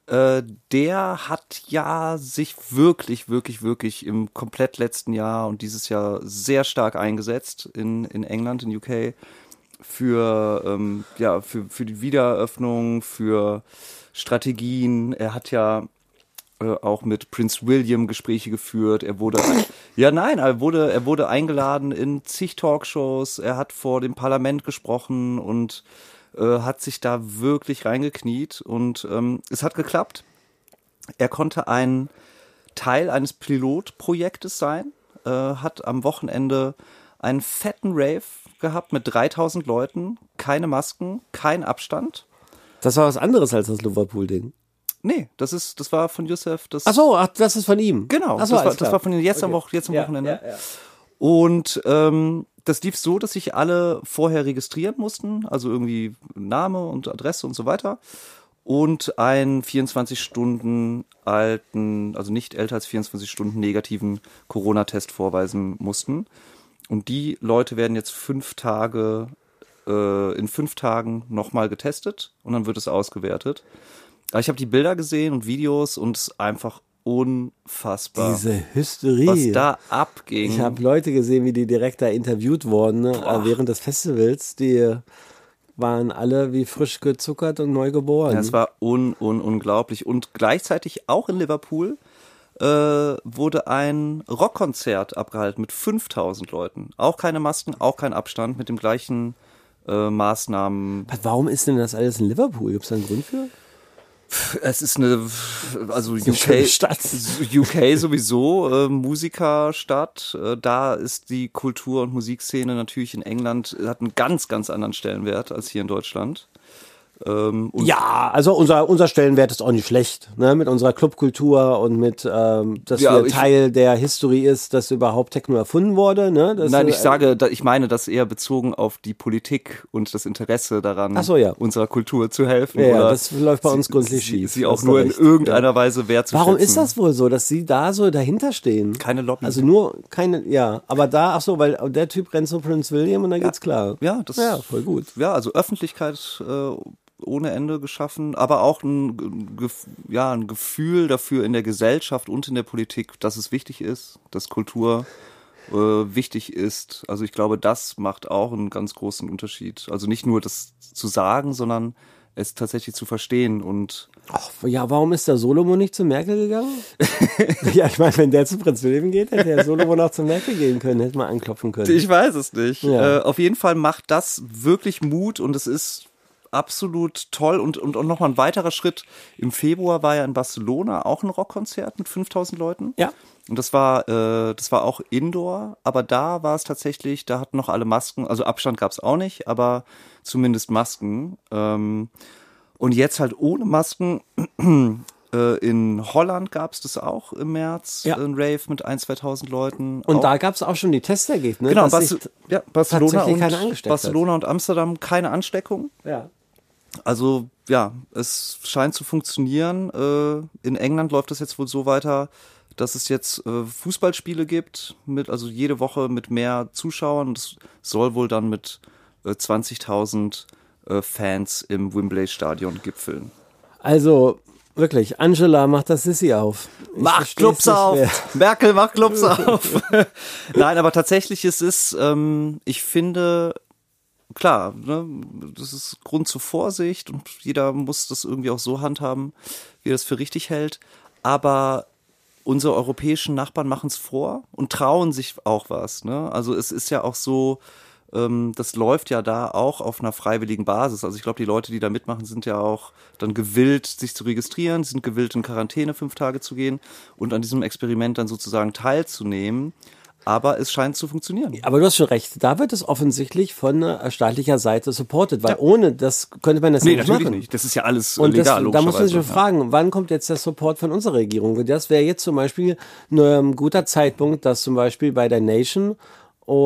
äh, der hat ja sich wirklich, wirklich, wirklich im komplett letzten Jahr und dieses Jahr sehr stark eingesetzt in, in England, in UK, für, ähm, ja, für, für die Wiedereröffnung, für Strategien. Er hat ja äh, auch mit Prince William Gespräche geführt. Er wurde ja nein, er wurde er wurde eingeladen in zig Talkshows. Er hat vor dem Parlament gesprochen und äh, hat sich da wirklich reingekniet und ähm, es hat geklappt. Er konnte ein Teil eines Pilotprojektes sein, äh, hat am Wochenende einen fetten Rave gehabt mit 3000 Leuten, keine Masken, kein Abstand.
Das war was anderes als das Liverpool-Ding.
Nee, das ist das war von Youssef, das
Ach so, ach, das ist von ihm.
Genau,
Ach so,
das, war,
alles
das
klar.
war von jetzt am, Wochen- jetzt am Wochenende. Und ähm, das lief so, dass sich alle vorher registrieren mussten, also irgendwie Name und Adresse und so weiter. Und einen 24 Stunden alten, also nicht älter als 24 Stunden negativen Corona-Test vorweisen mussten. Und die Leute werden jetzt fünf Tage, äh, in fünf Tagen nochmal getestet und dann wird es ausgewertet. Aber ich habe die Bilder gesehen und Videos und es ist einfach unfassbar.
Diese Hysterie.
was da abging.
Ich habe Leute gesehen, wie die direkt da interviewt wurden ne, äh, während des Festivals. Die waren alle wie frisch gezuckert und neu geboren.
Das war un, un, unglaublich. Und gleichzeitig auch in Liverpool äh, wurde ein Rockkonzert abgehalten mit 5000 Leuten. Auch keine Masken, auch kein Abstand, mit dem gleichen äh, Maßnahmen.
Was, Warum ist denn das alles in Liverpool? Gibt es da einen Grund für?
Es ist eine, also
eine schöne
UK,
Stadt.
UK sowieso, äh, Musikerstadt. Äh, da ist die Kultur- und Musikszene natürlich in England, hat einen ganz, ganz anderen Stellenwert als hier in Deutschland. Ähm, und
Ja, also unser, unser Stellenwert ist auch nicht schlecht, ne? Mit unserer Clubkultur und mit, ähm, dass
Ja,
wir
ich-
Teil der History ist, dass überhaupt Techno erfunden wurde, ne? Das,
Nein, ich
äh,
sage, da- ich meine das eher bezogen auf die Politik und das Interesse daran,
Ach so, ja.
unserer Kultur zu helfen.
Ja, ja,
oder
das läuft bei uns grundsätzlich
sie,
schief.
Sie
Da
auch
hast du
nur in
recht.
irgendeiner Weise wertzuschätzen.
Warum ist das wohl so, dass sie da so dahinter stehen?
Keine Lobby.
Also nur keine, ja, aber da, ach so, weil der Typ rennt zu Prince William und dann geht's klar.
Ja, das
ja, voll gut.
Ja, also Öffentlichkeit äh, ohne Ende geschaffen, aber auch ein, Ge- Gef- ja, ein Gefühl dafür in der Gesellschaft und in der Politik, dass es wichtig ist, dass Kultur äh, wichtig ist. Also ich glaube, das macht auch einen ganz großen Unterschied. Also nicht nur das zu sagen, sondern es tatsächlich zu verstehen und
Ach, ja, warum ist der Solomon nicht zu Merkel gegangen? ja, ich meine, wenn der zu Prinz William geht, hätte der Solomon auch zu Merkel gehen können, hätte mal anklopfen können.
Ich weiß es nicht.
Ja.
Äh, auf jeden Fall macht das wirklich Mut und es ist absolut toll. Und, und, und nochmal ein weiterer Schritt. Im Februar war ja in Barcelona auch ein Rockkonzert mit 5000 Leuten.
Ja.
Und das war, äh, das war auch Indoor, aber da war es tatsächlich, da hatten noch alle Masken, also Abstand gab es auch nicht, aber zumindest Masken. Ähm, und jetzt halt ohne Masken. Äh, In Holland gab es das auch im März,
Ja.
ein Rave mit 1.000, 2.000 Leuten.
und
auch
da gab's auch schon die Testergebnisse. ne?
Genau,
dass
Barce
sich-
ja, Barcelona,
tatsächlich
und,
keiner angesteckt
Barcelona und Amsterdam keine Ansteckung.
ja.
Also ja, es scheint zu funktionieren. Äh, in England läuft das jetzt wohl so weiter, dass es jetzt äh, Fußballspiele gibt, mit, also jede Woche mit mehr Zuschauern. Und es soll wohl dann mit äh, 20.000 äh, Fans im Wembley-Stadion gipfeln.
Also, wirklich, Angela, macht das Sissi auf. Ich versteh's nicht mehr.
Merkel, mach Clubs auf! Nein, aber tatsächlich es ist, ähm, ich finde, klar, ne, das ist Grund zur Vorsicht und jeder muss das irgendwie auch so handhaben, wie er das für richtig hält. Aber unsere europäischen Nachbarn machen es vor und trauen sich auch was. Ne? Also es ist ja auch so, ähm, das läuft ja da auch auf einer freiwilligen Basis. Also ich glaube, die Leute, die da mitmachen, sind ja auch dann gewillt, sich zu registrieren, sind gewillt, in Quarantäne fünf Tage zu gehen und an diesem Experiment dann sozusagen teilzunehmen. Aber es scheint zu funktionieren.
Aber du hast schon recht, da wird es offensichtlich von äh, staatlicher Seite supported, weil ohne das könnte man das nicht machen.
Das ist ja alles
Und das, da muss man sich schon
logischerweise.
fragen, wann kommt jetzt der Support von unserer Regierung? Und das wäre jetzt zum Beispiel ein ähm, guter Zeitpunkt, dass zum Beispiel bei der Nation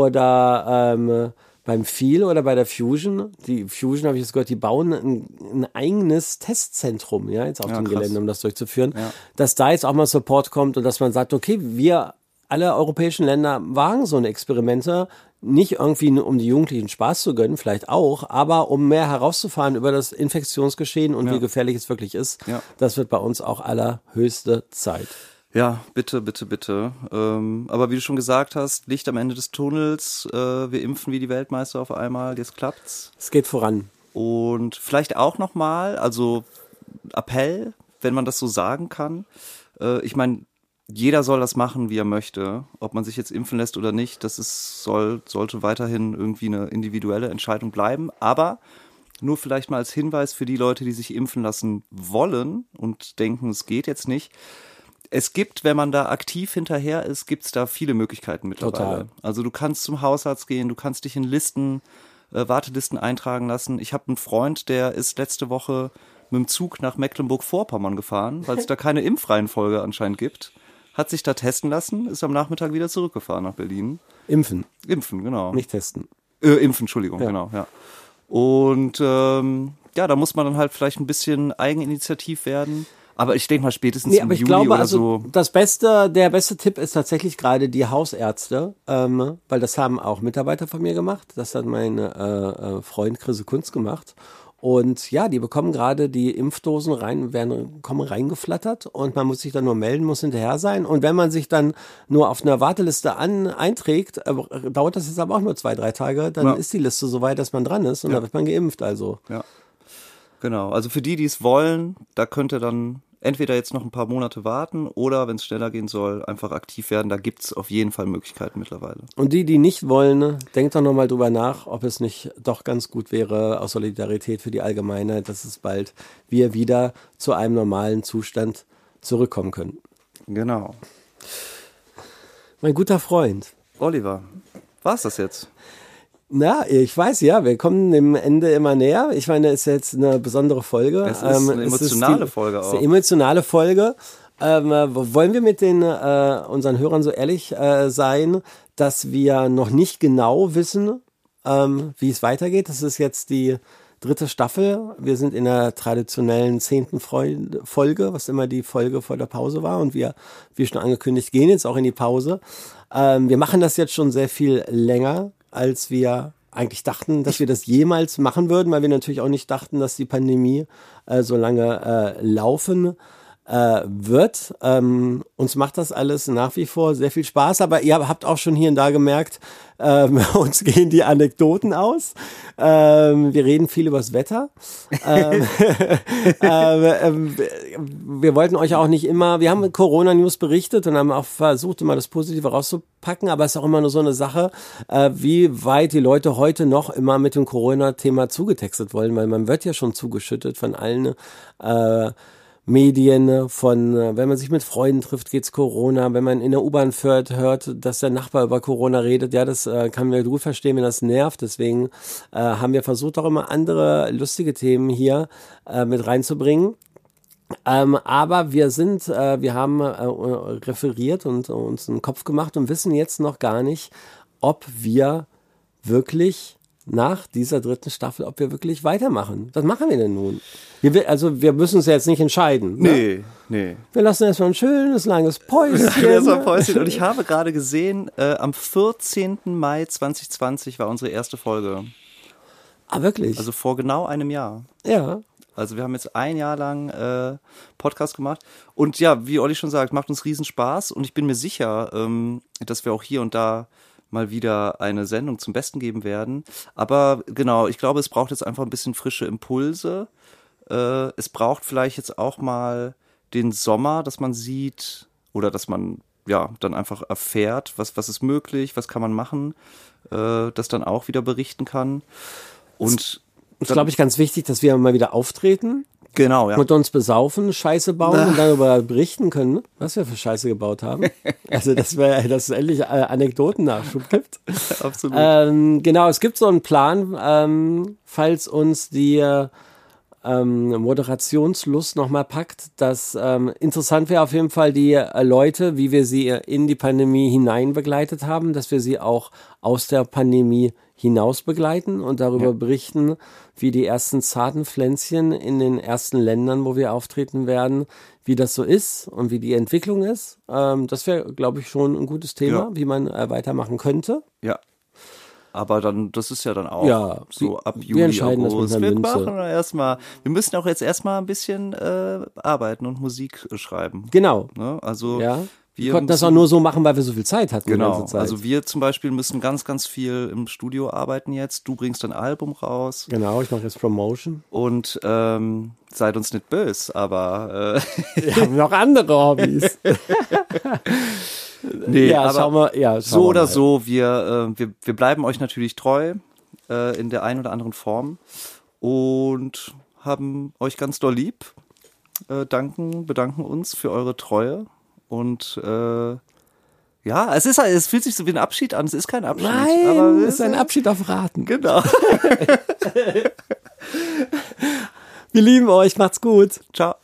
oder ähm, beim Feel oder bei der Fusion, die Fusion habe ich jetzt gehört, die bauen ein, ein eigenes Testzentrum, ja, jetzt auf dem
krass.
Gelände, um das durchzuführen, dass da jetzt auch mal Support kommt und dass man sagt, okay, wir alle europäischen Länder wagen so eine Experimente, nicht irgendwie nur, um die Jugendlichen Spaß zu gönnen, vielleicht auch, aber um mehr herauszufahren über das Infektionsgeschehen und wie gefährlich es wirklich ist.
Ja.
Das wird bei uns auch allerhöchste Zeit.
Ja, bitte, bitte, bitte. Ähm, aber wie du schon gesagt hast, Licht am Ende des Tunnels. Äh, wir impfen wie die Weltmeister auf einmal. Jetzt klappt's.
Es geht voran.
Und vielleicht auch nochmal, also Appell, wenn man das so sagen kann. Äh, ich meine, jeder soll das machen, wie er möchte. Ob man sich jetzt impfen lässt oder nicht, das ist, soll, sollte weiterhin irgendwie eine individuelle Entscheidung bleiben. Aber nur vielleicht mal als Hinweis für die Leute, die sich impfen lassen wollen und denken, es geht jetzt nicht. Es gibt, wenn man da aktiv hinterher ist, gibt's da viele Möglichkeiten mittlerweile.
Total.
Also du kannst zum Hausarzt gehen, du kannst dich in Listen, äh, Wartelisten eintragen lassen. Ich habe einen Freund, der ist letzte Woche mit dem Zug nach Mecklenburg-Vorpommern gefahren, weil es da keine Impfreihenfolge anscheinend gibt. Hat sich da testen lassen, ist am Nachmittag wieder zurückgefahren nach Berlin.
Impfen,
Impfen, genau.
nicht testen.
Äh, impfen, Entschuldigung, genau, ja. Und ähm, ja, da muss man dann halt vielleicht ein bisschen eigeninitiativ werden. Aber ich denke mal spätestens
Nee,
im
aber ich
Juli
glaube,
oder
also
so.
das beste, der beste Tipp ist tatsächlich gerade die Hausärzte, ähm, weil das haben auch Mitarbeiter von mir gemacht. Das hat mein äh, äh, Freund Chris Kunz gemacht. Und ja, die bekommen gerade die Impfdosen rein, werden, kommen reingeflattert und man muss sich dann nur melden, muss hinterher sein. Und wenn man sich dann nur auf einer Warteliste an, einträgt, äh, dauert das jetzt aber auch nur zwei, drei Tage, dann
Ja.
ist die Liste so weit, dass man dran ist und dann wird man geimpft. Also
Ja. Genau. Also für die, die es wollen, da könnt ihr dann entweder jetzt noch ein paar Monate warten oder, wenn es schneller gehen soll, einfach aktiv werden. Da gibt's auf jeden Fall Möglichkeiten mittlerweile.
Und die, die nicht wollen, ne, denkt doch nochmal drüber nach, ob es nicht doch ganz gut wäre, aus Solidarität für die Allgemeinheit, dass es bald wir wieder zu einem normalen Zustand zurückkommen können.
Genau.
Mein guter Freund.
Oliver, war's das jetzt?
Na, ich weiß ja, wir kommen dem Ende immer näher. Ich meine, es ist jetzt eine besondere Folge. Ähm,
Es ist eine emotionale Folge
Es
auch.
ist eine emotionale Folge. Ähm, äh, wollen wir mit den äh, unseren Hörern so ehrlich äh, sein, dass wir noch nicht genau wissen, ähm, wie es weitergeht? Das ist jetzt die dritte Staffel. Wir sind in der traditionellen zehnten Freu- Folge, was immer die Folge vor der Pause war. Und wir, wie schon angekündigt, gehen jetzt auch in die Pause. Ähm, wir machen das jetzt schon sehr viel länger, als wir eigentlich dachten, dass wir das jemals machen würden, weil wir natürlich auch nicht dachten, dass die Pandemie äh, so lange äh, laufen äh, wird. Ähm, uns macht das alles nach wie vor sehr viel Spaß, aber ihr habt auch schon hier und da gemerkt, ähm, uns gehen die Anekdoten aus. Ähm, wir reden viel übers Wetter. Ähm, ähm, wir wollten euch auch nicht immer, wir haben Corona-News berichtet und haben auch versucht, immer das Positive rauszupacken, aber es ist auch immer nur so eine Sache, äh, wie weit die Leute heute noch immer mit dem Corona-Thema zugetextet wollen, weil man wird ja schon zugeschüttet von allen äh, Medien, von äh, wenn man sich mit Freunden trifft, geht's Corona, wenn man in der U-Bahn fährt, hört, dass der Nachbar über Corona redet, ja, das äh, kann man gut verstehen, wenn das nervt. Deswegen äh, haben wir versucht, auch immer andere lustige Themen hier äh, mit reinzubringen. Ähm, aber wir sind, äh, wir haben äh, referiert und äh, uns einen Kopf gemacht und wissen jetzt noch gar nicht, ob wir wirklich nach dieser dritten Staffel, ob wir wirklich weitermachen. Was machen wir denn nun? Wir, will- also wir müssen uns ja jetzt nicht entscheiden. Ne?
Nee, nee.
Wir lassen erstmal ein schönes, langes Päuschen.
Das war Päuschen. Und ich habe gerade gesehen, äh, am 14. Mai 2020 war unsere erste Folge.
ah, wirklich?
Also vor genau einem Jahr.
ja.
Also wir haben jetzt ein Jahr lang äh, Podcast gemacht. Und ja, wie Olli schon sagt, macht uns riesen Spaß. Und ich bin mir sicher, ähm, dass wir auch hier und da mal wieder eine Sendung zum Besten geben werden. Aber genau, ich glaube, es braucht jetzt einfach ein bisschen frische Impulse. Äh, es braucht vielleicht jetzt auch mal den Sommer, dass man sieht oder dass man ja dann einfach erfährt, was, was ist möglich, was kann man machen, äh, das dann auch wieder berichten kann. Und
Ist, glaube ich, ganz wichtig, dass wir mal wieder auftreten
genau, ja.
und uns besaufen, Scheiße bauen und darüber berichten können, was wir für Scheiße gebaut haben. Also, dass, wir, dass es endlich äh, Anekdotennachschub gibt.
Absolut.
Ähm, genau, es gibt so einen Plan, ähm, falls uns die äh, ähm, Moderationslust nochmal packt, dass ähm, interessant wäre auf jeden Fall die äh, Leute, wie wir sie äh, in die Pandemie hinein begleitet haben, dass wir sie auch aus der Pandemie hinaus begleiten und darüber berichten, wie die ersten zarten Pflänzchen in den ersten Ländern, wo wir auftreten werden, wie das so ist und wie die Entwicklung ist. Ähm, das wäre, glaube ich, schon ein gutes Thema,
Ja.
wie man äh, weitermachen könnte.
Ja. Aber dann, das ist ja dann auch
Ja,
so
wir-
ab
wir
Juli,
entscheiden das mit
August.
einer
wir
Münze.
machen da erstmal, wir müssen auch jetzt erstmal ein bisschen äh, arbeiten und Musik äh, schreiben.
Genau.
Ne? Also
Ja. Wir
wir
konnten das auch
müssen-
nur so machen, weil wir so viel Zeit hatten die
Genau,
ganze Zeit.
also wir zum Beispiel müssen ganz, ganz viel im Studio arbeiten jetzt. Du bringst ein Album raus
genau, ich mache jetzt Promotion.
und ähm, seid uns nicht böse, aber äh,
Wir haben noch andere Hobbys.
nee,
ja,
aber
schauen wir, ja, schauen
so
wir
oder
mal.
so, wir, äh, wir, wir bleiben euch natürlich treu äh, in der einen oder anderen Form und haben euch ganz doll lieb, äh, danken, bedanken uns für eure Treue und äh, ja, es ist es fühlt sich so wie ein Abschied an, es ist kein Abschied, aber
Nein,
es
ist ein Abschied auf Raten.
genau.
Wir lieben euch, macht's gut.
Ciao.